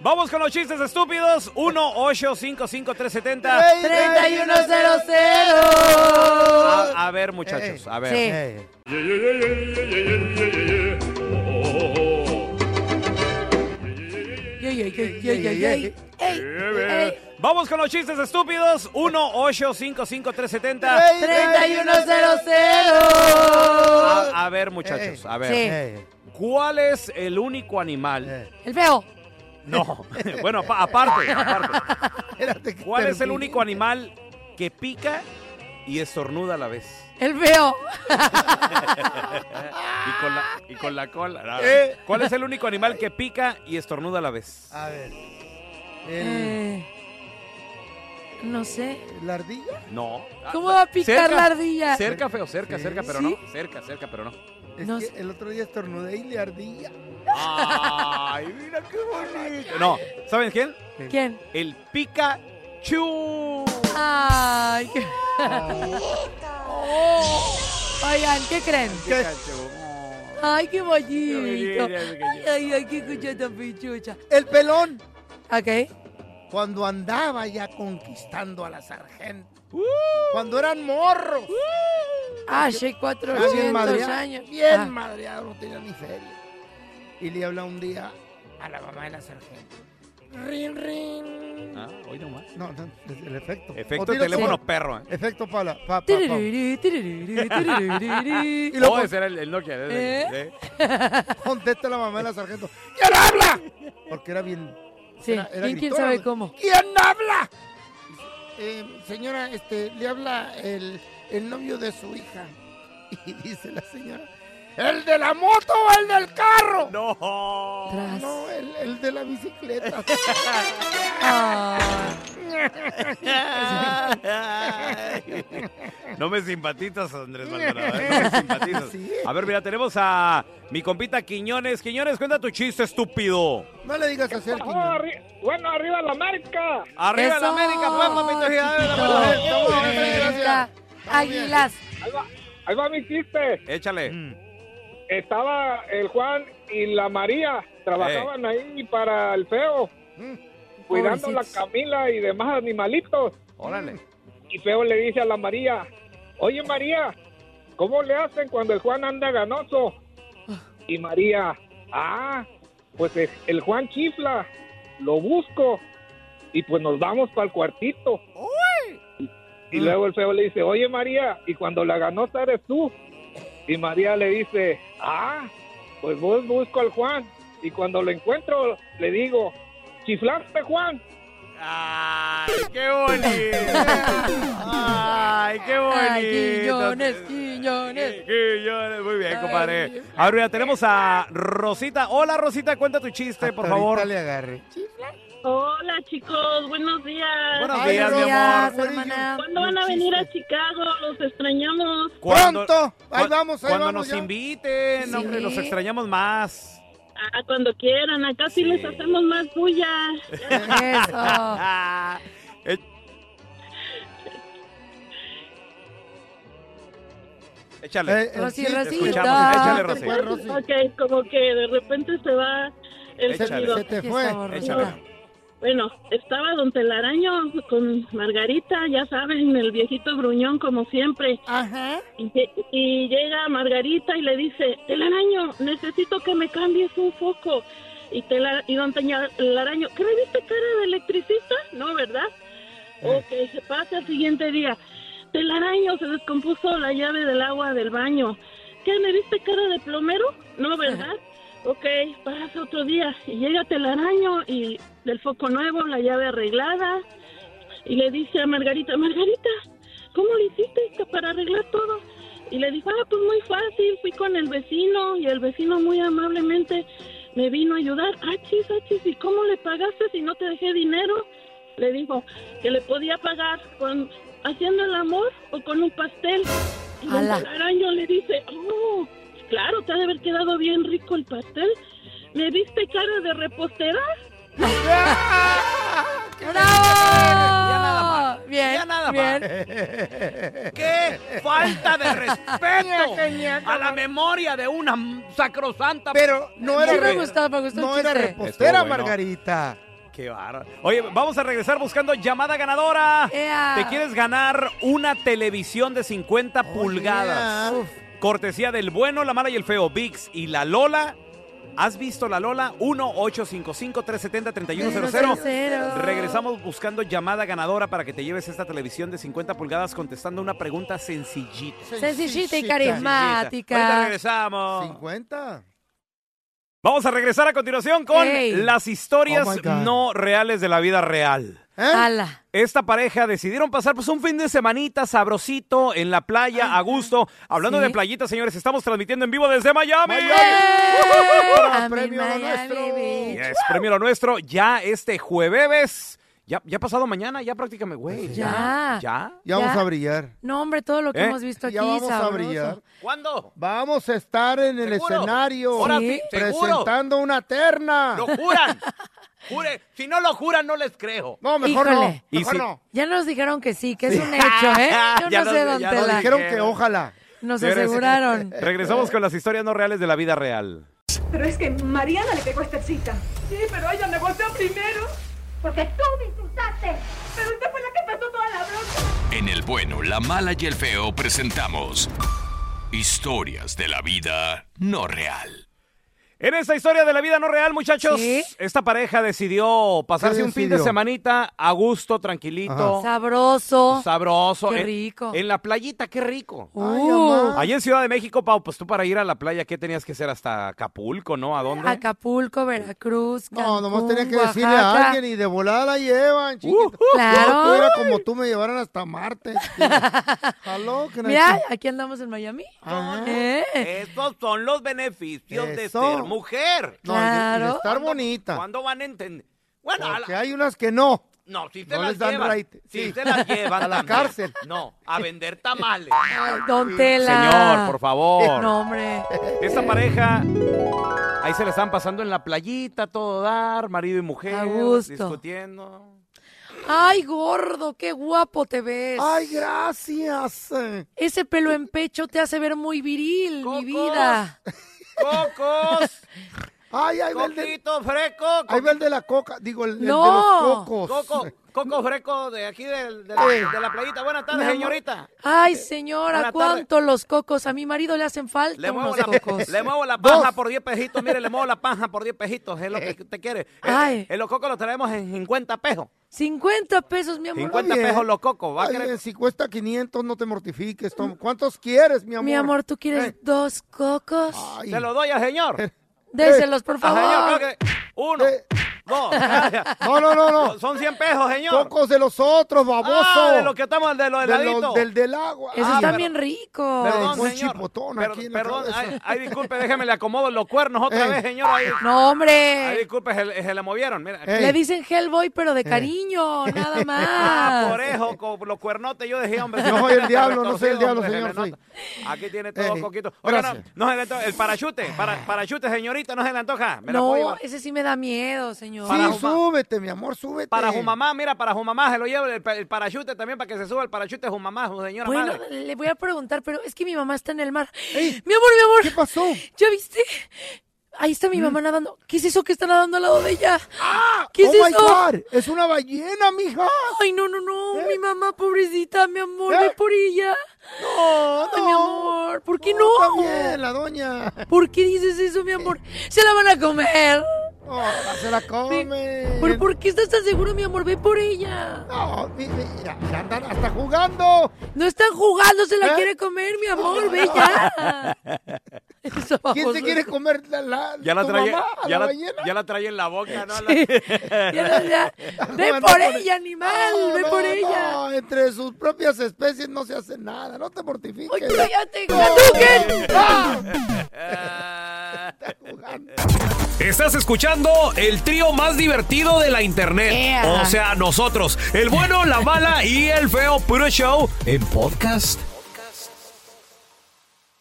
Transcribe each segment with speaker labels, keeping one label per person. Speaker 1: Vamos con los chistes estúpidos. 1 8 5 5 3 70 A, a ver, muchachos, a ver.
Speaker 2: Ey.
Speaker 1: Vamos con los chistes estúpidos. 1 8 5 5 3 70 A, a ver, muchachos, a ver.
Speaker 2: Ey.
Speaker 1: ¿Cuál es el único animal?
Speaker 3: El feo.
Speaker 1: No, bueno, apa- aparte, aparte.
Speaker 2: Espérate que
Speaker 1: ¿Cuál es el
Speaker 2: termine.
Speaker 1: único animal que pica y estornuda a la vez?
Speaker 3: El feo.
Speaker 1: Y con la, y con la cola. No.
Speaker 2: Eh.
Speaker 1: ¿Cuál es el único animal que pica y estornuda a la vez?
Speaker 2: A ver. El-
Speaker 3: Eh, no sé.
Speaker 2: ¿La ardilla?
Speaker 1: No.
Speaker 3: ¿Cómo va a picar
Speaker 1: Cerca,
Speaker 3: la ardilla?
Speaker 1: Cerca, feo, cerca,
Speaker 2: Sí.
Speaker 1: cerca, pero
Speaker 3: ¿Sí?
Speaker 1: no. Cerca, cerca, pero no.
Speaker 2: Es
Speaker 3: No
Speaker 2: que
Speaker 3: sé.
Speaker 2: el otro día estornudé y le ardilla.
Speaker 1: Ay, mira qué bonito. No, ¿saben quién?
Speaker 3: ¿Quién?
Speaker 1: El Pikachu.
Speaker 3: Ay, qué... Oigan, ¿qué creen? Ay, qué bonito. Ay, ay, ay, qué cucha tan pichucha.
Speaker 2: El pelón.
Speaker 3: Ok.
Speaker 2: Cuando andaba ya conquistando a la sargento. Cuando eran morros.
Speaker 3: Ah, hay
Speaker 2: Ya bien
Speaker 3: 400
Speaker 2: madreado.
Speaker 3: años.
Speaker 2: Bien
Speaker 3: Ah,
Speaker 2: madreado, no tenía ni feria. Y le habla un día a la mamá de la sargento. Rin, rin.
Speaker 1: Ah, hoy nomás.
Speaker 2: No, no, es el efecto. O
Speaker 1: Efecto
Speaker 2: tiro
Speaker 1: teléfono
Speaker 2: solo.
Speaker 1: perro. ¿eh?
Speaker 2: Efecto para pa, pa, pa.
Speaker 3: tiririrí, tiririrí, tiririrí.
Speaker 2: Y lo
Speaker 1: Oh,
Speaker 2: con-
Speaker 1: ese era el, el Nokia. ese,
Speaker 3: ¿Eh?
Speaker 1: ¿eh?
Speaker 2: contesta la mamá de la sargento. ¿Quién habla? Porque era bien.
Speaker 3: Sí,
Speaker 2: era- era
Speaker 3: ¿quién, quién
Speaker 2: gritona,
Speaker 3: sabe
Speaker 2: ¿no?
Speaker 3: cómo?
Speaker 2: ¿Quién habla? Eh, señora, este, le habla el, el novio de su hija. Y dice la señora, ¿el de la moto o el del carro?
Speaker 1: No.
Speaker 3: Tras.
Speaker 2: No, el, el de la bicicleta.
Speaker 3: Ah,
Speaker 1: No me simpatizas, Andrés Maldonado. ¿eh? No me simpatizas.
Speaker 2: Sí.
Speaker 1: A ver, mira, tenemos a mi compita Quiñones. Quiñones, cuenta tu chiste, estúpido.
Speaker 2: No le digas hacer
Speaker 4: bueno, arriba la marca.
Speaker 1: Arriba
Speaker 3: Eso,
Speaker 1: la América, pues, papito. sí, a ver,
Speaker 3: chiquito.
Speaker 1: vamos a ver,
Speaker 2: Estamos
Speaker 1: vamos a
Speaker 2: bien,
Speaker 1: ver.
Speaker 2: gracias.
Speaker 3: Venga, Águilas.
Speaker 4: Ahí va mi chiste.
Speaker 1: Échale.
Speaker 4: Estaba el Juan y la María, trabajaban ahí para el feo, cuidando la
Speaker 3: Pobrecitos.
Speaker 4: Camila y demás animalitos.
Speaker 1: Órale.
Speaker 4: Y feo le dice a la María, oye María, ¿cómo le hacen cuando el Juan anda ganoso? Y María, ah, pues es- el Juan chifla, lo busco y pues nos vamos para el cuartito. Y luego el feo le dice, oye María, y cuando la ganosa eres tú. Y María le dice, ah, pues vos busco al Juan. Y cuando lo encuentro, le digo, ¿Chiflaste, Juan?
Speaker 1: ¡Ay, qué bonito! ¡Ay, qué bonito!
Speaker 3: Ay, Quiñones, Quiñones.
Speaker 1: Quiñones, muy bien, compadre. Ahora ya tenemos a Rosita. Hola, Rosita, cuenta tu chiste, por
Speaker 2: Hasta
Speaker 1: favor.
Speaker 2: ahorita le agarré.
Speaker 5: Hola chicos, buenos días.
Speaker 1: Buenos
Speaker 2: Ay,
Speaker 1: días, mi
Speaker 3: Gracias,
Speaker 1: amor.
Speaker 2: amor.
Speaker 3: hermana.
Speaker 5: ¿Cuándo van a venir a Chicago? Los extrañamos.
Speaker 1: Cuando-
Speaker 2: Pronto. Ahí
Speaker 1: cua-
Speaker 2: vamos, ahí
Speaker 1: Cuando
Speaker 2: vamos
Speaker 1: nos
Speaker 2: ya.
Speaker 1: inviten, hombre,
Speaker 3: Sí.
Speaker 1: los extrañamos más.
Speaker 5: Ah, cuando quieran, acá sí, les hacemos más bulla.
Speaker 3: Eso.
Speaker 1: Ah, eh, Échale.
Speaker 2: Eh, el
Speaker 3: Rosy,
Speaker 2: chiste.
Speaker 3: Rosy,
Speaker 1: Escuchamos,
Speaker 3: no,
Speaker 1: échale,
Speaker 3: te
Speaker 1: Rosy.
Speaker 2: Fue Rosy.
Speaker 5: Ok, como que de repente se va el
Speaker 2: Se,
Speaker 1: Échale.
Speaker 5: sonido.
Speaker 2: se te
Speaker 3: Aquí
Speaker 2: fue.
Speaker 3: estamos, Rosita.
Speaker 1: Échale.
Speaker 5: Bueno, estaba Don Telaraño con Margarita, ya saben, el viejito gruñón como siempre.
Speaker 3: Ajá.
Speaker 5: Y, lle- y llega Margarita y le dice, Telaraño, necesito que me cambies un foco. Y, tela, y don Teña- Telaraño, ¿qué me viste cara de electricista? No, ¿verdad?
Speaker 1: Mm.
Speaker 5: Ok, se pasa el siguiente día. Telaraño, se descompuso la llave del agua del baño. ¿Qué, me viste cara de plomero? No, ¿verdad? Ok, pasa otro día. Y llega Telaraño y del foco nuevo, la llave arreglada. Y le dice a Margarita, Margarita, ¿cómo le hiciste hija, para arreglar todo? Y le dijo, ah, pues muy fácil, fui con el vecino y el vecino muy amablemente me vino a ayudar. Ah, Achis, achis, ¿y cómo le pagaste si no te dejé dinero? Le dijo que le podía pagar con haciendo el amor o con un pastel. Y don
Speaker 3: Ala.
Speaker 5: Telaraño le dice, oh, claro, te ha de haber quedado bien rico el pastel. ¿Me viste cara de repostera?
Speaker 3: ¡Bravo! Bien,
Speaker 1: Ya nada más.
Speaker 3: bien.
Speaker 1: ¡Qué falta de respeto a la memoria de una sacrosanta!
Speaker 2: Pero no
Speaker 3: Sí
Speaker 2: era,
Speaker 3: me
Speaker 2: re-
Speaker 3: gustó, me gustó
Speaker 2: no
Speaker 3: el
Speaker 2: era
Speaker 3: chiste.
Speaker 2: repostera,
Speaker 1: Estuvo bueno.
Speaker 2: Margarita.
Speaker 1: ¡Qué bárbaro! Oye, vamos a regresar buscando llamada ganadora.
Speaker 3: Ea.
Speaker 1: ¿Te quieres ganar una televisión de 50 pulgadas?
Speaker 2: yeah.
Speaker 1: Cortesía del bueno, la mala y el feo, VIX y la Lola. ¿Has visto la Lola? 1-855-370-3100.
Speaker 3: Cero.
Speaker 1: Regresamos buscando llamada ganadora para que te lleves esta televisión de 50 pulgadas contestando una pregunta sencillita.
Speaker 3: Sencillita y
Speaker 2: carisma.
Speaker 3: carismática.
Speaker 1: Ahorita regresamos.
Speaker 2: 50.
Speaker 1: Vamos a regresar a continuación con
Speaker 3: Ey.
Speaker 1: las historias
Speaker 2: Oh my God.
Speaker 1: no reales de la vida real.
Speaker 2: ¿Eh?
Speaker 3: Ala.
Speaker 1: Esta pareja decidieron pasar pues un fin de semanita sabrosito en la playa a gusto. Hablando
Speaker 3: Sí.
Speaker 1: de playitas, señores, estamos transmitiendo en vivo desde Miami.
Speaker 2: Miami.
Speaker 3: ¡Eh!
Speaker 2: Para premio
Speaker 3: A mi
Speaker 2: lo
Speaker 3: Miami
Speaker 2: nuestro.
Speaker 3: Beach.
Speaker 1: Yes, premio lo nuestro ya este jueves. Ya, ya pasado mañana, ya prácticamente, güey.
Speaker 3: Ya.
Speaker 1: ¿Ya?
Speaker 2: Ya vamos
Speaker 3: Ya.
Speaker 2: a brillar.
Speaker 3: No, hombre, todo lo que
Speaker 1: ¿Eh?
Speaker 3: hemos visto aquí
Speaker 2: Ya vamos a
Speaker 3: sabroso.
Speaker 2: brillar.
Speaker 1: ¿Cuándo?
Speaker 2: Vamos a estar en el
Speaker 1: ¿Seguro?
Speaker 2: escenario
Speaker 1: Ahora
Speaker 3: sí,
Speaker 1: seguro.
Speaker 2: presentando una terna.
Speaker 1: ¡Lo juran! Jure. Si no lo juran, no les creo.
Speaker 2: No, mejor
Speaker 3: Híjole.
Speaker 2: no.
Speaker 1: Y
Speaker 2: Mejor
Speaker 1: si-
Speaker 2: no.
Speaker 3: Ya nos dijeron que sí, que es un hecho, ¿eh? Yo
Speaker 1: Ya
Speaker 3: no
Speaker 1: nos-
Speaker 3: sé,
Speaker 1: ya
Speaker 3: don
Speaker 1: nos
Speaker 3: Tela.
Speaker 2: Dijeron que ojalá.
Speaker 3: Nos
Speaker 1: Señores,
Speaker 3: aseguraron.
Speaker 1: Regresamos con las historias no reales de la vida real.
Speaker 6: Pero es que Mariana le pegó esta cita. Sí, pero ella me golpeó primero. Porque tú me insultaste. Pero usted fue la que pasó toda la bronca.
Speaker 7: En el bueno, la mala y el feo presentamos historias de la vida no real.
Speaker 1: En esta historia de la vida no real, muchachos,
Speaker 3: Sí.
Speaker 1: esta pareja decidió pasarse
Speaker 2: ¿Qué
Speaker 1: un fin de
Speaker 2: decidió?
Speaker 1: semanita a gusto, tranquilito,
Speaker 2: Pues
Speaker 3: Sabroso.
Speaker 1: sabroso.
Speaker 3: Qué
Speaker 1: en-
Speaker 3: rico.
Speaker 1: En, la playita, qué rico.
Speaker 2: Ay,
Speaker 3: Uh,
Speaker 2: amá.
Speaker 1: Allí en Ciudad de México, Pau, pues tú para ir a la playa, ¿qué tenías que hacer? ¿Hasta Acapulco, no? ¿A dónde?
Speaker 3: Acapulco, Veracruz,
Speaker 2: No, nomás
Speaker 3: Cancún,
Speaker 2: tenía que decirle
Speaker 3: Oaxaca.
Speaker 2: a alguien y de volada eh, la
Speaker 1: Uh-huh.
Speaker 2: llevan, chiquito.
Speaker 3: Claro.
Speaker 2: Tú era como tú me llevaran hasta Marte. chiquito. Hello, can I-
Speaker 3: Mira, aquí andamos en Miami.
Speaker 2: Ajá.
Speaker 3: ¿Eh?
Speaker 1: Estos son los beneficios
Speaker 2: Eso.
Speaker 1: mujer.
Speaker 2: No, y de- y de
Speaker 3: Claro.
Speaker 2: estar bonita.
Speaker 1: ¿Cuándo van a entender? Bueno, a la-
Speaker 2: Porque hay unas que no.
Speaker 1: no, si
Speaker 2: no les dan right. Sí. A la
Speaker 1: también.
Speaker 2: cárcel.
Speaker 1: No, a vender tamales.
Speaker 3: Ay, Don Tela.
Speaker 1: Señor, por favor.
Speaker 3: No, hombre.
Speaker 1: Esta pareja, ahí se la están pasando en la playita, todo dar, marido y mujer,
Speaker 3: A gusto.
Speaker 1: discutiendo.
Speaker 3: Ay, gordo, qué guapo te ves.
Speaker 2: Ay, gracias.
Speaker 3: Ese pelo en pecho te hace ver muy viril, mi
Speaker 1: Cocos.
Speaker 3: vida.
Speaker 1: ¡Cocos!
Speaker 2: Ay, ahí va el de,
Speaker 1: ¡Coquito fresco!
Speaker 2: ahí va el de la coca. Digo, el, el
Speaker 3: No.
Speaker 2: de los cocos.
Speaker 1: ¡Coco! ¡Coco fresco de aquí del- de, la, de la playita! Buenas tardes, señorita.
Speaker 3: Ay,
Speaker 1: Buenas
Speaker 3: señora,
Speaker 1: tardes.
Speaker 3: cuánto los cocos. A mi marido le hacen falta
Speaker 1: Le muevo,
Speaker 3: unos
Speaker 1: la,
Speaker 3: cocos.
Speaker 1: le muevo la paja
Speaker 2: Dos.
Speaker 1: por 10 pejitos. Mire, le muevo la paja por 10 pejitos. Es lo que usted quiere. Eh,
Speaker 3: Ay.
Speaker 1: eh, los cocos los traemos en 50 pejos.
Speaker 3: 50 pesos, mi amor.
Speaker 1: 50
Speaker 2: bien.
Speaker 1: pejos los cocos. ¿Va a
Speaker 2: Ay, eh,
Speaker 1: querer?
Speaker 2: si cuesta 500, no te mortifiques, Tom. ¿Cuántos quieres, mi amor?
Speaker 3: Mi amor, ¿tú quieres
Speaker 2: Eh.
Speaker 3: dos cocos?
Speaker 2: Ay,
Speaker 1: Se los doy al señor.
Speaker 3: Déselos, por
Speaker 1: Al señor,
Speaker 3: favor.
Speaker 1: creo que- Uno,
Speaker 2: eh,
Speaker 1: No, gracias.
Speaker 2: No, no, no, no.
Speaker 1: Son 100 pesos, señor.
Speaker 2: Cocos de los otros, baboso.
Speaker 1: Ah, de los que estamos, de los
Speaker 2: De los-
Speaker 1: heladitos.
Speaker 2: del del agua.
Speaker 3: Eso
Speaker 1: Ah,
Speaker 3: está
Speaker 1: pero-
Speaker 3: bien rico.
Speaker 1: Perdón,
Speaker 2: Con
Speaker 1: señor.
Speaker 2: chipotón
Speaker 1: Per-
Speaker 2: aquí en la
Speaker 1: perdón,
Speaker 2: cabeza. Eh.
Speaker 1: ay, ay, disculpe, déjeme, le acomodo los cuernos otra
Speaker 2: Ey.
Speaker 1: vez, señor. Ay,
Speaker 3: No, hombre.
Speaker 1: ay, disculpe, se, se le movieron, mira.
Speaker 2: Ey.
Speaker 3: Le dicen Hellboy, pero de cariño, nada más.
Speaker 1: Ah, por eso, con los cuernotes yo dejé, hombre.
Speaker 2: Yo soy el diablo, no soy el diablo,
Speaker 1: Hombre, se
Speaker 2: señor,
Speaker 1: me
Speaker 2: soy.
Speaker 1: nota. Aquí tiene todo,
Speaker 2: Eh,
Speaker 1: Coquito. Oiga, no,
Speaker 2: gracias. Ah.
Speaker 1: no se le antoja, el parachute, para- parachute, señorita, no se le antoja. pues, Me la puedo
Speaker 3: No,
Speaker 1: llevar.
Speaker 2: este-
Speaker 3: ese sí me da miedo, señor.
Speaker 2: Sí,
Speaker 1: Para-
Speaker 2: súbete, mi amor, súbete.
Speaker 1: Para Jumamá, mira, para Jumamá se lo llevo, el, pa- el parachute también, para que se suba el parachute Jumamá, su señora
Speaker 3: Bueno,
Speaker 1: madre.
Speaker 3: le voy a preguntar, pero es que mi mamá está en el mar.
Speaker 2: Ey.
Speaker 3: Mi amor, mi amor.
Speaker 2: ¿Qué pasó? Mm.
Speaker 3: ¿Ya viste? Ahí está mi mamá nadando. ¿Qué es eso que está nadando al lado de ella? ¿Qué
Speaker 2: oh
Speaker 3: es
Speaker 2: my
Speaker 3: eso?
Speaker 2: God, es una ballena, mija.
Speaker 3: Ay, no, no, no.
Speaker 2: ¿Eh?
Speaker 3: Mi mamá, pobrecita, mi amor,
Speaker 2: ¿Eh?
Speaker 3: ve por ella.
Speaker 2: No,
Speaker 3: Ay,
Speaker 2: no.
Speaker 3: mi amor, ¿por qué
Speaker 2: No,
Speaker 3: no?
Speaker 2: Está bien, la doña.
Speaker 3: ¿Por qué dices eso, mi amor? Se la van a comer.
Speaker 2: Oh, se la come.
Speaker 3: ¿Pero por qué estás tan seguro, mi amor? Ve por ella.
Speaker 2: No, mi- mi- mira, mira, andan hasta jugando.
Speaker 3: No están jugando, se la
Speaker 2: ¿Eh?
Speaker 3: quiere comer, mi amor, ve ya. Eso,
Speaker 2: ¿Quién
Speaker 3: baboso.
Speaker 2: se quiere comer la, la,
Speaker 1: Ya la
Speaker 2: tu
Speaker 1: traía,
Speaker 2: mamá, a la
Speaker 1: ya la,
Speaker 2: ballena?
Speaker 1: ya la traía en la boca, ¿no?
Speaker 3: Ya, ya. Ve
Speaker 2: Jugando
Speaker 3: por
Speaker 2: con-
Speaker 3: ella, animal,
Speaker 2: No,
Speaker 3: ve
Speaker 2: no,
Speaker 3: por
Speaker 2: no,
Speaker 3: ella.
Speaker 2: entre sus propias especies no se hace nada. No te mortifiques.
Speaker 3: Ay, cállate,
Speaker 2: No.
Speaker 3: Catuquen.
Speaker 2: Ah,
Speaker 1: La...
Speaker 2: está jugando.
Speaker 8: Estás escuchando el trío más divertido de la internet.
Speaker 3: Ea.
Speaker 8: O sea, nosotros, el bueno, la mala y el feo puro show en podcast.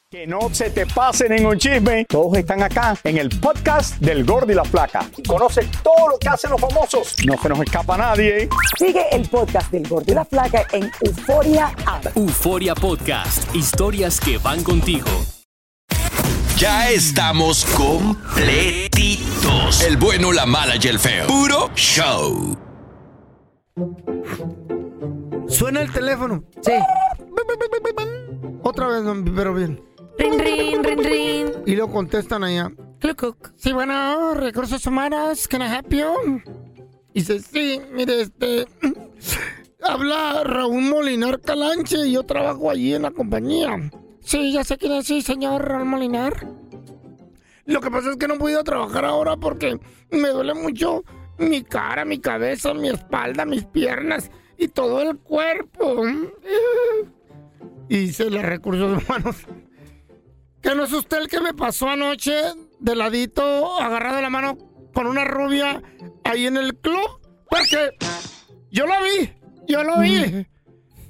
Speaker 9: Que no se te pase ningún chisme. Todos están acá en el podcast del Gordi y la Flaca. Y conoce todo lo que hacen los famosos. No se nos escapa nadie.
Speaker 10: Sigue el podcast del Gordo y la Flaca en Euforia App.
Speaker 7: Euforia Podcast, historias que van contigo.
Speaker 11: Ya estamos completitos. El bueno, la mala y el feo. Puro show.
Speaker 2: Suena el teléfono.
Speaker 3: Sí.
Speaker 2: Otra vez, no, pero bien.
Speaker 3: Rin, rin, rin, rin.
Speaker 2: Y lo contestan allá. Sí, bueno, recursos humanos, can I help you? Y dice, sí, mire, este. Habla Raúl Molinar Calanche y yo trabajo allí en la compañía. Sí, ya sé quién es, sí, señor Raúl Molinar. Lo que pasa es que no he podido trabajar ahora porque me duele mucho mi cara, mi cabeza, mi espalda, mis piernas y todo el cuerpo. Y dice los recursos humanos. ¿Que no es usted el que me pasó anoche de ladito, agarrado de la mano con una rubia ahí en el club? Porque yo lo vi, yo lo vi.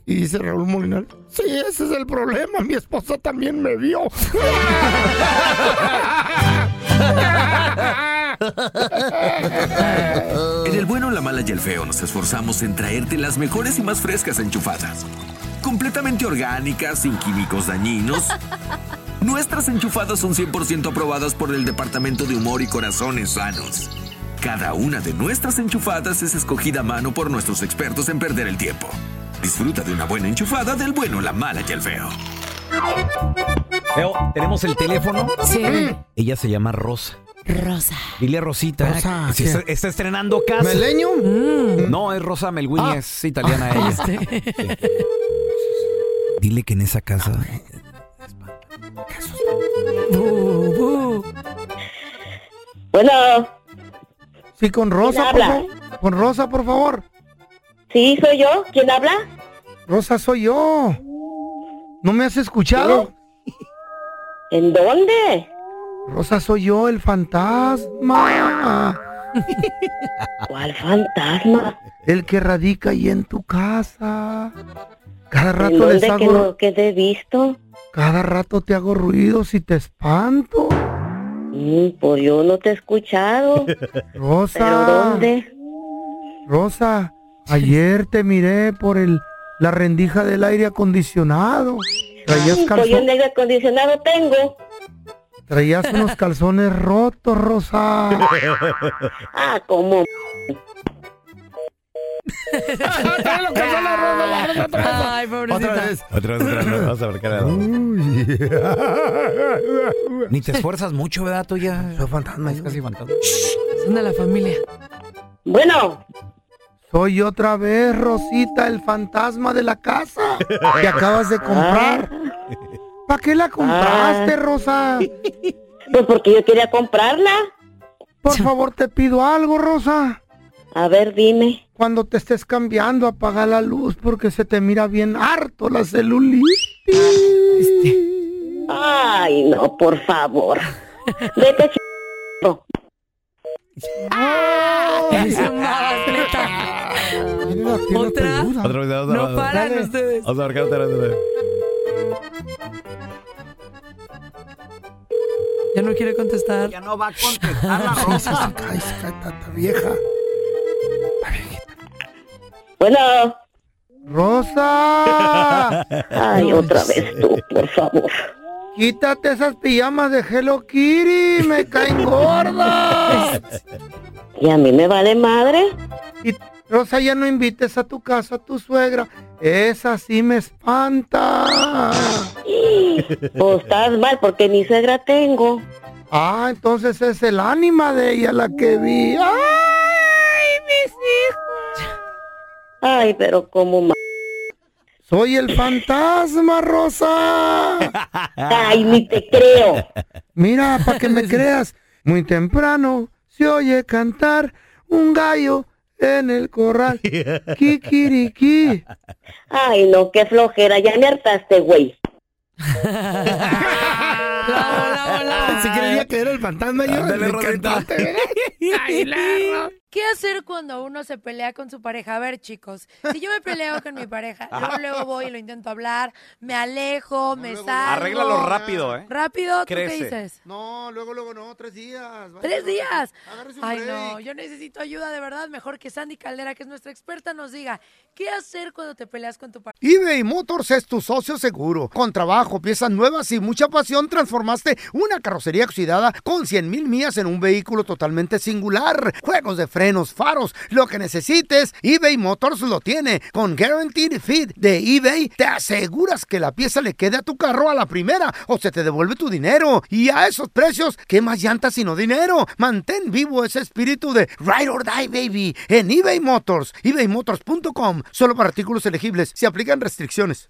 Speaker 2: Y dice Raúl Molinar, sí, ese es el problema, mi esposa también me vio.
Speaker 7: En el bueno, la mala y el feo nos esforzamos en traerte las mejores y más frescas enchufadas. Completamente orgánicas, sin químicos dañinos. Nuestras enchufadas son 100% aprobadas por el Departamento de Humor y Corazones Sanos. Cada una de nuestras enchufadas es escogida a mano por nuestros expertos en perder el tiempo. Disfruta de una buena enchufada del bueno, la mala y el feo.
Speaker 6: Veo, tenemos el teléfono.
Speaker 3: Sí.
Speaker 6: Ella se llama Rosa.
Speaker 3: Rosa.
Speaker 6: Dile a Rosita. que se
Speaker 2: ¿qué?
Speaker 6: está, está estrenando casa.
Speaker 2: ¿Meleño?
Speaker 1: Mm.
Speaker 6: No, es Rosa Melguini,
Speaker 2: Ah.
Speaker 6: es italiana ella. Sí. Dile que en esa casa.
Speaker 12: Bueno,
Speaker 2: Sí, con Rosa,
Speaker 12: ¿Quién
Speaker 2: por
Speaker 12: habla?
Speaker 2: favor. Con Rosa, por favor.
Speaker 12: sí, soy yo. ¿Quién habla?
Speaker 2: Rosa, soy yo. ¿No me has escuchado?
Speaker 12: ¿En dónde?
Speaker 2: Rosa, soy yo, el fantasma.
Speaker 12: ¿Cuál fantasma?
Speaker 2: El que radica ahí en tu casa. Cada
Speaker 12: ¿En
Speaker 2: rato les
Speaker 12: dónde Ah. que,
Speaker 2: hago...
Speaker 12: no, que te he visto?
Speaker 2: Cada rato te hago ruidos y te espanto.
Speaker 12: pues yo no te he escuchado.
Speaker 2: Rosa.
Speaker 12: ¿Pero dónde?
Speaker 2: Rosa, ayer te miré por el la rendija del aire acondicionado. Traías,
Speaker 12: Ay, pues
Speaker 2: calzo-
Speaker 12: yo en aire acondicionado tengo.
Speaker 2: traías unos calzones rotos, Rosa.
Speaker 12: Ah, como...
Speaker 3: Ay, pobrecita.
Speaker 6: Otra vez, otra vez. Vamos a ver qué Ni te esfuerzas mucho, ¿verdad? Tú ya.
Speaker 2: Soy fantasma, es
Speaker 6: casi fantasma.
Speaker 3: Son de la familia.
Speaker 12: Bueno.
Speaker 2: Soy otra vez, Rosita, el fantasma de la casa que acabas de comprar.
Speaker 12: Ah.
Speaker 2: ¿Para qué la compraste, Rosa?
Speaker 12: Pues porque yo quería comprarla.
Speaker 2: Por favor, te pido algo, Rosa.
Speaker 12: A ver, dime.
Speaker 2: Cuando te estés cambiando, apaga la luz porque se te mira bien harto la celulitis.
Speaker 3: Este.
Speaker 12: Ay, no, por favor. Vete, ch...
Speaker 3: Es una atleta. Otra.
Speaker 13: Otra vez, otra
Speaker 3: No
Speaker 13: vez.
Speaker 3: paran
Speaker 13: Dale.
Speaker 3: ustedes.
Speaker 13: Otra vez, otra vez, otra vez.
Speaker 3: Ya no quiere contestar.
Speaker 6: Ya no va a contestar la rosa.
Speaker 2: vieja.
Speaker 12: Bueno.
Speaker 2: Rosa.
Speaker 12: Ay, otra vez tú, por favor.
Speaker 2: Quítate esas pijamas de Hello Kitty, me caen gordas.
Speaker 12: ¿Y a mí me vale madre?
Speaker 2: Y Rosa, ya no invites a tu casa a tu suegra. Esa sí me espanta.
Speaker 12: Pues estás mal porque ni suegra tengo.
Speaker 2: Ah, entonces es el ánima de ella la que vi. ¡Ay, mis hijos!
Speaker 12: Ay, pero como ma...
Speaker 2: Soy el fantasma, Rosa.
Speaker 12: Ay, ni te creo.
Speaker 2: Mira, para que me creas, muy temprano se oye cantar un gallo en el corral. Kikiriki.
Speaker 12: Ay, no, qué flojera. Ya me hartaste, güey.
Speaker 10: Ah,
Speaker 2: Si Ah, creía que era el fantasma, yo me encantaste.
Speaker 3: ¿Qué hacer cuando uno se pelea con su pareja? A ver, chicos, si yo me peleo con mi pareja, yo luego voy y lo intento hablar, me alejo, me salgo.
Speaker 13: Arréglalo rápido, ¿eh?
Speaker 3: Rápido, ¿tú qué
Speaker 13: Crece.
Speaker 3: dices?
Speaker 2: No, luego, luego no, tres días.
Speaker 3: Tres días.
Speaker 2: Agárrese un
Speaker 3: Ay,
Speaker 2: break.
Speaker 3: no, yo necesito ayuda de verdad. Mejor que Sandy Caldera, que es nuestra experta, nos diga qué hacer cuando te peleas con tu pareja.
Speaker 2: eBay Motors es tu socio seguro. Con trabajo, piezas nuevas y mucha pasión, transformaste una carrocería oxidada con 100 mil millas en un vehículo totalmente singular. Juegos de frenos, faros, lo que necesites, eBay Motors lo tiene. Con Guaranteed Fit de eBay, te aseguras que la pieza le quede a tu carro a la primera o se te devuelve tu dinero. Y a esos precios, ¿qué más llantas sino dinero? Mantén vivo ese espíritu de Ride or Die, baby, en eBay Motors. ebaymotors.com. Solo para artículos elegibles. Se aplican restricciones.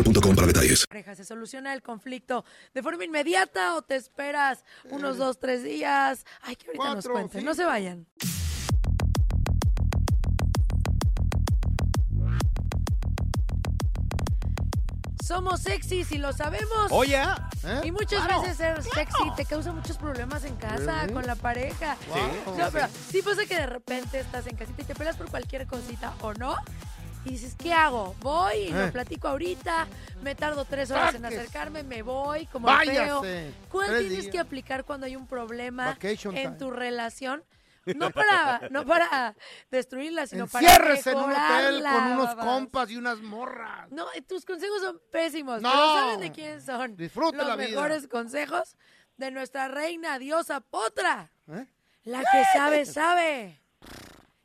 Speaker 14: para detalles.
Speaker 3: pareja? ¿Se soluciona el conflicto de forma inmediata o te esperas unos dos, tres días? Ay, que ahorita nos cuenten. No se vayan. Somos sexys y lo sabemos.
Speaker 13: Oye,
Speaker 2: ¿eh?
Speaker 3: Y muchas
Speaker 13: Claro,
Speaker 3: veces ser sexy te causa muchos problemas en casa,
Speaker 13: Really?
Speaker 3: con la pareja.
Speaker 13: Sí.
Speaker 3: No, pero sí pasa que de repente estás en casita y te peleas por cualquier cosita o no. Y dices, ¿qué hago? Voy y lo
Speaker 13: Eh.
Speaker 3: platico ahorita, me tardo tres horas en
Speaker 2: Saques.
Speaker 3: acercarme, me voy, como el feo.
Speaker 2: Váyase.
Speaker 3: ¿Cuál
Speaker 2: Tres
Speaker 3: tienes
Speaker 2: días.
Speaker 3: que aplicar cuando hay un problema
Speaker 2: Vacation
Speaker 3: en
Speaker 2: time.
Speaker 3: tu relación? No para, no para destruirla, sino
Speaker 2: Ciérrese en
Speaker 3: para
Speaker 2: un hotel
Speaker 3: mejorarla,
Speaker 2: con unos
Speaker 3: babas.
Speaker 2: compas y unas morras.
Speaker 3: No, eh, tus consejos son pésimos.
Speaker 2: No.
Speaker 3: No. Pero ¿saben de quién son?
Speaker 2: Disfruta
Speaker 3: Los
Speaker 2: la vida.
Speaker 3: mejores consejos de nuestra reina diosa Potra.
Speaker 2: ¿Eh?
Speaker 3: La que sabe, sabe.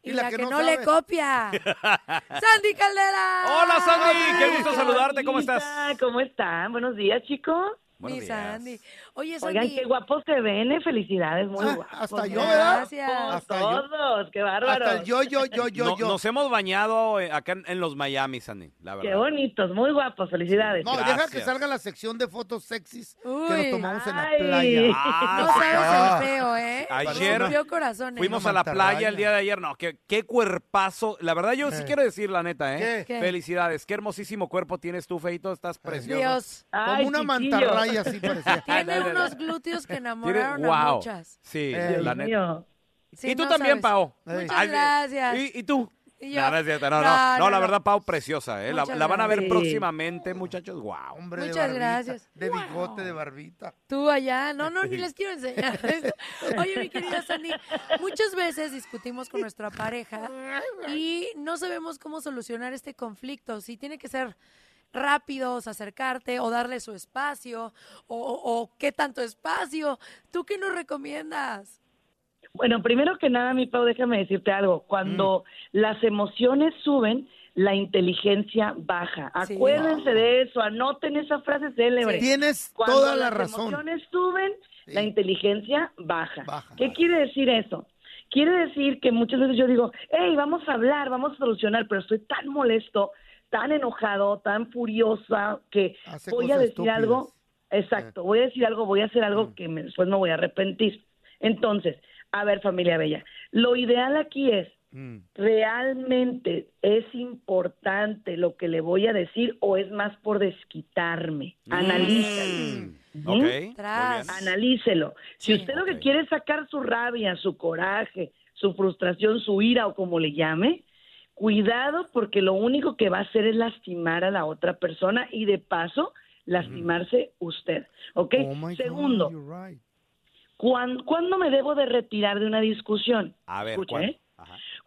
Speaker 3: Y, la, que, no, le
Speaker 13: sabe.
Speaker 3: copia. ¡Sandy Caldera!
Speaker 13: Hola, Sandy. Qué gusto saludarte. ¿Cómo estás?
Speaker 10: Hola, ¿Cómo están? Buenos días, chicos.
Speaker 3: Mi Sandy. Oye, Sandy.
Speaker 10: Oigan, qué guapos se ven, ¿eh? Felicidades, muy guapos. ¿eh?
Speaker 3: hasta yo, ¿verdad? Gracias. Hasta yo.
Speaker 10: Todos, qué bárbaros.
Speaker 2: Hasta yo, yo, yo, yo,
Speaker 10: No,
Speaker 2: yo.
Speaker 1: Nos hemos bañado eh, acá en, en los Miami, Sandy, la
Speaker 10: Qué
Speaker 1: verdad.
Speaker 10: bonitos, muy guapos, felicidades.
Speaker 2: No, deja que
Speaker 1: Gracias.
Speaker 2: salga la sección de fotos sexys que
Speaker 3: Uy.
Speaker 2: nos tomamos en la
Speaker 10: Ay.
Speaker 2: playa.
Speaker 1: Ah,
Speaker 3: no
Speaker 1: sí.
Speaker 3: sabes el feo, ¿eh?
Speaker 1: Ayer
Speaker 3: Rompió ¿eh? corazones.
Speaker 1: Fuimos a la playa el día de ayer. No, qué, qué cuerpazo. La verdad, yo sí
Speaker 3: Eh.
Speaker 1: quiero decir la neta, ¿eh?
Speaker 3: ¿Qué? ¿Qué?
Speaker 1: Felicidades. Qué hermosísimo cuerpo tienes tú, Feito. Estás precioso.
Speaker 3: Dios.
Speaker 2: Como una mantarraya así parecía.
Speaker 1: No, no, no.
Speaker 3: Tiene unos glúteos que enamoraron a
Speaker 1: wow.
Speaker 3: muchas.
Speaker 1: Sí,
Speaker 2: Eh,
Speaker 1: la
Speaker 2: Dios
Speaker 1: neta.
Speaker 2: mío.
Speaker 3: Sí,
Speaker 1: y tú
Speaker 3: no
Speaker 1: también,
Speaker 3: sabes.
Speaker 1: Pau.
Speaker 3: Muchas
Speaker 1: Ay,
Speaker 3: gracias.
Speaker 1: ¿Y, y tú?
Speaker 3: Y yo.
Speaker 1: No, no es cierto, no, no.
Speaker 3: No,
Speaker 1: No,
Speaker 3: no,
Speaker 1: la
Speaker 3: no.
Speaker 1: verdad, Pau, preciosa, ¿eh? La,
Speaker 3: Muchas
Speaker 1: la van a ver
Speaker 3: gracias.
Speaker 1: próximamente, muchachos. ¡Guau!
Speaker 2: Hombre de
Speaker 3: Muchas
Speaker 2: barbita,
Speaker 3: gracias.
Speaker 2: De bigote, de barbita.
Speaker 3: Tú allá, no, no, ni les quiero enseñar esto. Oye, mi querida Sandy, muchas veces discutimos con nuestra pareja y no sabemos cómo solucionar este conflicto. Si tiene que ser rápido, o sea, acercarte o darle su espacio o, o- o qué tanto espacio. ¿Tú qué nos recomiendas?
Speaker 10: Bueno, primero que nada, mi Pau, déjame decirte algo. Cuando
Speaker 13: Mm.
Speaker 10: las emociones suben, la inteligencia baja. Acuérdense de eso, anoten esa frase célebre.
Speaker 2: Sí. Tienes
Speaker 10: Cuando
Speaker 2: toda la
Speaker 10: las
Speaker 2: razón.
Speaker 10: emociones suben, la inteligencia baja. ¿Qué quiere decir eso? Quiere decir que muchas veces yo digo, hey, vamos a hablar, vamos a solucionar, pero estoy tan molesto, tan enojado, tan furiosa, que
Speaker 2: Hace
Speaker 10: voy a
Speaker 2: cosas
Speaker 10: decir
Speaker 2: estúpidas. Mm.
Speaker 10: algo Exacto, voy a decir algo, voy a hacer algo que me- después me voy a arrepentir. Entonces, a ver familia bella, lo ideal aquí es,
Speaker 1: Mm,
Speaker 10: ¿realmente es importante lo que le voy a decir o es más por desquitarme? Analízalo.
Speaker 1: Mm. Ok, muy bien.
Speaker 10: Tras. Analícelo. Si usted lo que quiere es sacar su rabia, su coraje, su frustración, su ira o como le llame, cuidado porque lo único que va a hacer es lastimar a la otra persona y de paso lastimarse
Speaker 1: Mm.
Speaker 10: usted. ¿Ok?
Speaker 1: Oh
Speaker 10: Segundo, ¿cuán- ¿cuándo me debo de retirar de una discusión?
Speaker 1: A ver,
Speaker 10: Escucha,
Speaker 1: ¿cuál?
Speaker 10: ¿eh?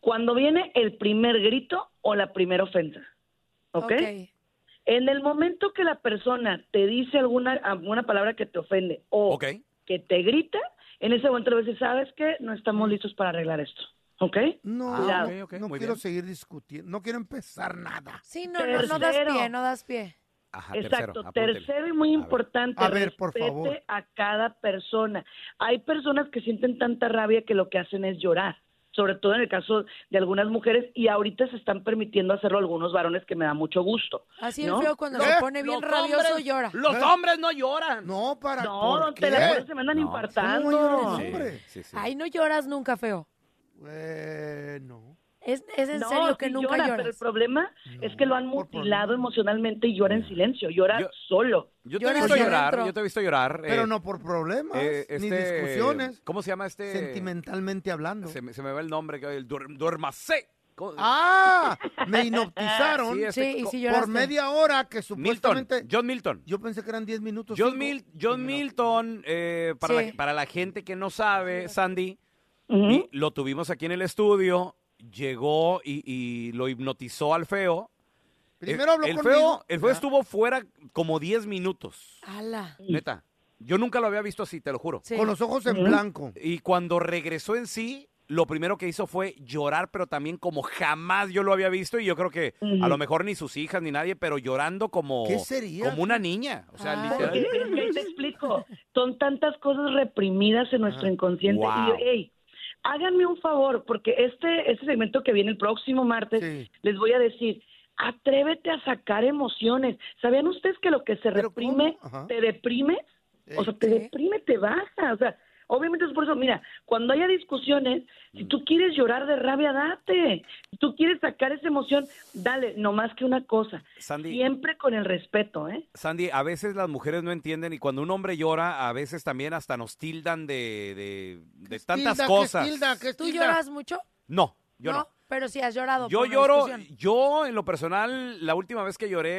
Speaker 10: Cuando viene el primer grito o la primera ofensa. ¿Ok?
Speaker 3: Ok.
Speaker 10: En el momento que la persona te dice alguna, alguna palabra que te ofende o que te grita, en ese momento le vas a decir, ¿sabes qué? No estamos listos para arreglar esto. ¿Ok?
Speaker 2: No,
Speaker 1: Ah,
Speaker 10: Cuidado.
Speaker 2: no, no quiero seguir discutiendo, no quiero empezar nada.
Speaker 3: Sí, no, no, no das
Speaker 10: Tercero.
Speaker 3: pie, no das pie.
Speaker 10: Exacto, tercero y muy importante.
Speaker 2: A ver, por
Speaker 10: respete
Speaker 2: favor.
Speaker 10: A cada persona. Hay personas que sienten tanta rabia que lo que hacen es llorar, sobre todo en el caso de algunas mujeres, y ahorita se están permitiendo hacerlo algunos varones que me da mucho gusto.
Speaker 3: Así
Speaker 10: ¿no?
Speaker 3: el feo cuando
Speaker 1: ¿Eh?
Speaker 3: se pone bien
Speaker 6: Los
Speaker 3: rabioso
Speaker 6: hombres-
Speaker 3: llora.
Speaker 6: Los hombres no lloran.
Speaker 2: ¿Eh? No, para
Speaker 10: No, don Tela, por eso se me andan
Speaker 6: No,
Speaker 10: infartando.
Speaker 3: ¿cómo lloras, hombre? Ay, no lloras nunca, feo. Es, es en
Speaker 10: No,
Speaker 3: serio que
Speaker 10: sí
Speaker 3: nunca
Speaker 10: llora,
Speaker 3: lloras.
Speaker 10: Pero el problema es que lo han mutilado emocionalmente y llora en silencio, llora solo.
Speaker 1: Yo te he visto llorar, yo te he visto llorar.
Speaker 2: Pero
Speaker 1: eh,
Speaker 2: no por problemas,
Speaker 1: eh,
Speaker 2: ni
Speaker 1: este,
Speaker 2: discusiones.
Speaker 1: ¿Cómo se llama este?
Speaker 2: Sentimentalmente hablando.
Speaker 1: Se me, se me va el nombre, que el duer- duermase. ¿Cómo-
Speaker 2: ¡Ah! Me hipnotizaron
Speaker 1: Sí, este, Sí, y co- sí lloraste.
Speaker 2: por media hora que
Speaker 1: Milton,
Speaker 2: supuestamente...
Speaker 1: John Milton.
Speaker 2: Yo pensé que eran 10 minutos.
Speaker 1: John,
Speaker 2: cinco.
Speaker 1: Mil- John Milton, eh, para,
Speaker 2: Sí.
Speaker 1: la, para la gente que no sabe, Sandy,
Speaker 6: ¿Mm?
Speaker 2: Ujú.
Speaker 1: y lo tuvimos aquí en el estudio, llegó y, y lo hipnotizó al feo. Eh,
Speaker 2: Primero habló
Speaker 1: el
Speaker 2: conmigo.
Speaker 1: Feo, el feo estuvo fuera como 10 minutos,
Speaker 3: Ala.
Speaker 1: neta. Yo nunca lo había visto así, te lo juro.
Speaker 2: Con los ojos en blanco.
Speaker 1: Y cuando regresó en sí, lo primero que hizo fue llorar, pero también como jamás yo lo había visto y yo creo que
Speaker 10: Ujú.
Speaker 1: a lo mejor ni sus hijas ni nadie, pero llorando como
Speaker 10: ¿Qué sería?
Speaker 1: como una niña, o sea, literal.
Speaker 10: Porque, es que Ah, ahí te explico, son tantas cosas reprimidas en nuestro inconsciente.
Speaker 1: Ah, Wow.
Speaker 10: Y yo, hey, háganme un favor, porque este, este segmento que viene el próximo martes, les voy a decir, atrévete a sacar emociones. ¿Sabían ustedes que lo que se reprime
Speaker 15: Ajá.
Speaker 10: te deprime? O sea, te deprime, te baja. O sea, obviamente es por eso, mira, cuando haya discusiones,
Speaker 1: Mm.
Speaker 10: si tú quieres llorar de rabia, date. Si tú quieres sacar esa emoción, dale, no más que una cosa.
Speaker 1: Sandy.
Speaker 10: Siempre con el respeto, ¿eh?
Speaker 1: Sandy, a veces las mujeres no entienden y cuando un hombre llora, a veces también hasta nos tildan de, de- de tantas
Speaker 3: Tilda, ¿qué
Speaker 1: cosas.
Speaker 3: tilda? ¿Qué
Speaker 1: ¿Tú
Speaker 3: ¿Tú lloras mucho?
Speaker 1: No, yo no.
Speaker 3: Pero sí has llorado.
Speaker 1: Yo
Speaker 3: por una
Speaker 1: lloro,
Speaker 3: discusión.
Speaker 1: yo en lo personal, la última vez que lloré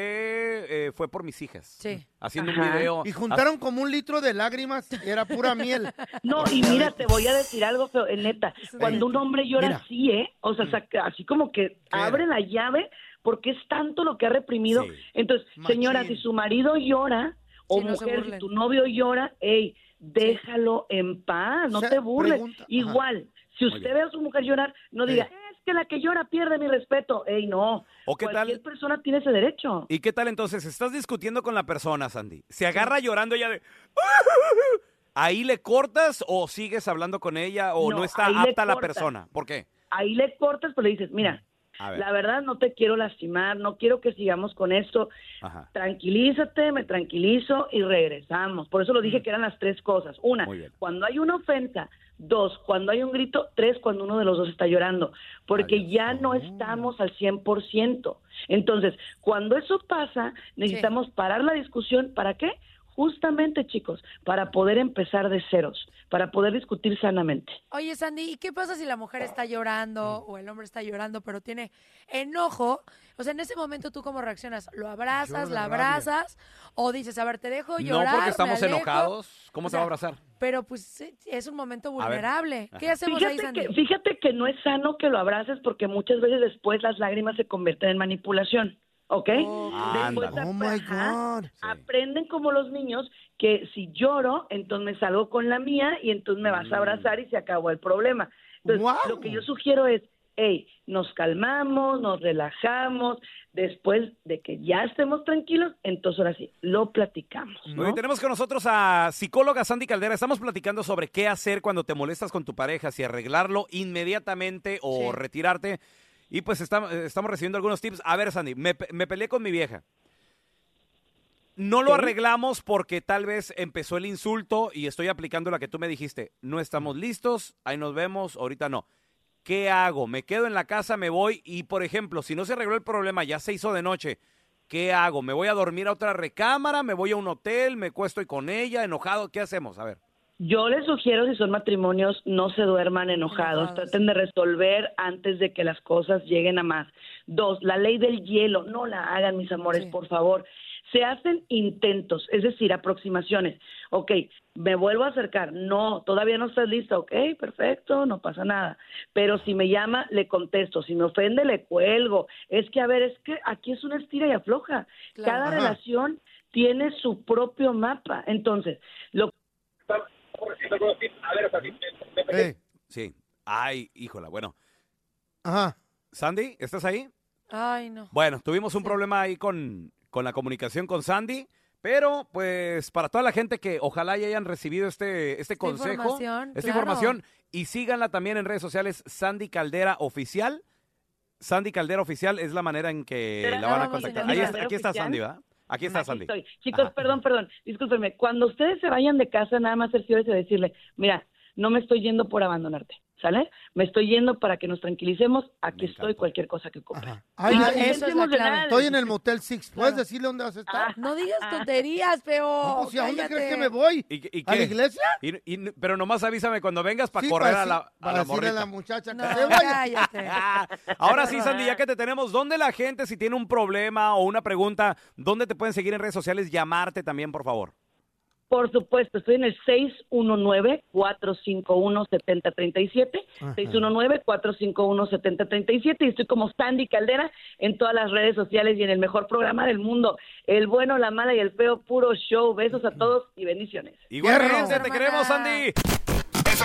Speaker 1: eh, fue por mis hijas.
Speaker 3: Sí.
Speaker 1: Haciendo un
Speaker 2: Ajá.
Speaker 1: video.
Speaker 2: Y juntaron como un litro de lágrimas, era pura miel.
Speaker 10: No, y mira, te voy a decir algo, feo, eh, neta. Cuando un hombre llora
Speaker 2: Mira.
Speaker 10: así, ¿eh? O sea, saca- así como que abre la llave porque es tanto lo que ha reprimido. Entonces, señora, si su marido llora, o
Speaker 3: Sí, no se
Speaker 10: mujer, si
Speaker 3: burlen.
Speaker 10: tu novio llora, hey, déjalo en paz, no
Speaker 2: O sea,
Speaker 10: te burles.
Speaker 2: pregunta- ajá.
Speaker 10: Igual, si
Speaker 1: Muy
Speaker 10: usted ve a su mujer llorar, no diga, es que la que llora pierde mi respeto. Ey, no.
Speaker 1: ¿O qué tal-
Speaker 10: Cualquier persona tiene ese derecho.
Speaker 1: ¿Y qué tal entonces? Estás discutiendo con la persona, Sandy. Se agarra llorando ella de... "¡Ah!" ¿Ahí le cortas o sigues hablando con ella o no,
Speaker 10: No,
Speaker 1: está
Speaker 10: ahí le
Speaker 1: apta la
Speaker 10: cortas.
Speaker 1: persona? ¿Por qué?
Speaker 10: Ahí le cortas, pero le dices, mira,
Speaker 1: A ver.
Speaker 10: la verdad no te quiero lastimar, no quiero que sigamos con esto.
Speaker 1: Ajá.
Speaker 10: tranquilízate, me tranquilizo y regresamos. Por eso lo dije que eran las tres cosas. Una,
Speaker 1: Mm. Muy bien.
Speaker 10: cuando hay una ofensa. Dos, cuando hay un grito. Tres, cuando uno de los dos está llorando. Porque ya no estamos al 100%. Entonces, cuando eso pasa, necesitamos parar la discusión. ¿Para qué? justamente, chicos, para poder empezar de ceros, para poder discutir sanamente.
Speaker 3: Oye, Sandy, ¿y qué pasa si la mujer está llorando o el hombre está llorando, pero tiene enojo? O sea, en ese momento tú cómo reaccionas? ¿Lo abrazas,
Speaker 1: Lloro de
Speaker 3: la
Speaker 1: rabia.
Speaker 3: abrazas? ¿O dices, a ver, te
Speaker 1: No
Speaker 3: dejo llorar? me
Speaker 1: porque estamos
Speaker 3: alejo?
Speaker 1: enojados. ¿Cómo
Speaker 3: O
Speaker 1: te va a
Speaker 3: sea,
Speaker 1: abrazar?
Speaker 3: Pero pues sí, es un momento
Speaker 10: ver.
Speaker 3: vulnerable. ¿Qué
Speaker 10: Ajá.
Speaker 3: hacemos
Speaker 10: fíjate
Speaker 3: ahí, Sandy?
Speaker 10: Que, fíjate que no es sano que lo abraces porque muchas veces después las lágrimas se convierten en manipulación, ¿ok? Después
Speaker 16: ándale.
Speaker 10: ap-
Speaker 16: Oh, my
Speaker 10: ajá, aprenden como los niños que si lloro, entonces me salgo con la mía y entonces me
Speaker 16: Mm.
Speaker 10: vas a abrazar y se acabó el problema. Entonces, lo que yo sugiero es, hey, nos calmamos, nos relajamos, después de que ya estemos tranquilos, entonces ahora sí, lo platicamos.
Speaker 1: Muy bien, tenemos con nosotros a psicóloga Sandy Caldera. Estamos platicando sobre qué hacer cuando te molestas con tu pareja, si arreglarlo inmediatamente o
Speaker 15: Sí.
Speaker 1: retirarte. Y pues está- eh, estamos recibiendo algunos tips. A ver, Sandy, me, pe- me peleé con mi vieja. No lo
Speaker 15: Sí.
Speaker 1: arreglamos porque tal vez empezó el insulto y estoy aplicando la que tú me dijiste. No estamos listos, ahí nos vemos, ahorita no. ¿Qué hago? ¿Me quedo en la casa, me voy? Y, por ejemplo, si no se arregló el problema, ya se hizo de noche, ¿qué hago? ¿Me voy a dormir a otra recámara? ¿Me voy a un hotel? ¿Me cuesto y con ella? ¿Enojado? ¿Qué hacemos? A ver.
Speaker 10: Yo les sugiero, si son matrimonios, no se duerman enojados. Traten de resolver antes de que las cosas lleguen a más. Dos, la ley del hielo. No la hagan, mis amores, por favor. Se hacen intentos, es decir, aproximaciones. Ok, me vuelvo a acercar. No, todavía no estás lista. Ok, perfecto, no pasa nada. Pero si me llama, le contesto. Si me ofende, le cuelgo. Es que, a ver, es que aquí es una estira y afloja.
Speaker 16: Claro.
Speaker 10: Cada
Speaker 16: Ajá.
Speaker 10: relación tiene su propio mapa. Entonces, lo
Speaker 1: Sí. Ay, híjola, bueno.
Speaker 2: Ajá.
Speaker 1: Sandy, ¿estás ahí?
Speaker 3: Ay, no.
Speaker 1: Bueno, tuvimos un problema ahí con, con la comunicación con Sandy, pero pues para toda la gente que ojalá ya hayan recibido este, este consejo,
Speaker 3: información,
Speaker 1: esta
Speaker 3: claro.
Speaker 1: información, y síganla también en redes sociales, Sandy Caldera Oficial. Sandy Caldera Oficial es la manera en que
Speaker 10: Pero
Speaker 1: la van a
Speaker 10: no,
Speaker 1: contactar.
Speaker 10: señor.
Speaker 1: Ahí está- aquí está
Speaker 10: Oficial.
Speaker 1: Sandy, ¿verdad? Aquí está Sandy.
Speaker 10: Estoy. Chicos, pues. perdón, perdón, discúlpenme. Cuando ustedes se vayan de casa, nada más cerciórese de decirle, mira, no me estoy yendo por abandonarte, ¿sale? Me estoy yendo para que nos tranquilicemos, aquí estoy, cualquier cosa que ocupe.
Speaker 2: Ay,
Speaker 10: Ah,
Speaker 2: ay,
Speaker 10: eso es la clave.
Speaker 2: Estoy en el Motel Six. ¿Puedes decirle dónde vas a
Speaker 10: Ah,
Speaker 2: estar?
Speaker 3: No digas tonterías, pero.
Speaker 2: pues, ¿y a dónde crees que me
Speaker 3: cállate.
Speaker 2: voy?
Speaker 1: ¿Y, qué- y
Speaker 2: ¿A la
Speaker 1: qué?
Speaker 2: iglesia?
Speaker 1: Y- y- pero nomás avísame cuando vengas para
Speaker 2: Sí,
Speaker 1: correr
Speaker 2: para
Speaker 1: a la,
Speaker 2: deci-
Speaker 1: a
Speaker 2: para
Speaker 1: la
Speaker 2: decirle a
Speaker 1: morrita.
Speaker 2: la muchacha que
Speaker 3: No,
Speaker 2: se vaya.
Speaker 3: cállate.
Speaker 1: Ahora sí, Sandy, ya que te tenemos, ¿dónde la gente, si tiene un problema o una pregunta, dónde te pueden seguir en redes sociales? Llamarte también, por favor.
Speaker 10: Por supuesto, estoy en el 619-451-7037,
Speaker 1: Ajá.
Speaker 10: 619-451-7037 y estoy como Sandy Caldera en todas las redes sociales y en el mejor programa del mundo, El Bueno, La Mala y el Feo, puro show. Besos a todos y bendiciones.
Speaker 1: Igualmente, te queremos, Sandy.
Speaker 13: Eso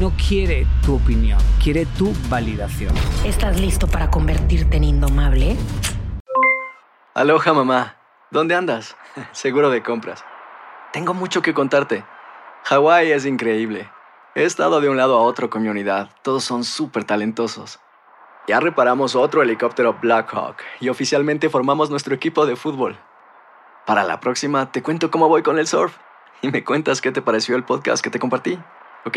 Speaker 17: no quiere tu opinión, quiere tu validación.
Speaker 18: ¿Estás listo para convertirte en indomable?
Speaker 19: Aloha mamá, ¿dónde andas? Seguro de compras. Tengo mucho que contarte. Hawái es increíble. He estado de un lado a otro con mi unidad. Todos son súper talentosos. Ya reparamos otro helicóptero Blackhawk y oficialmente formamos nuestro equipo de fútbol. Para la próxima te cuento cómo voy con el surf y me cuentas qué te pareció el podcast que te compartí, ¿ok?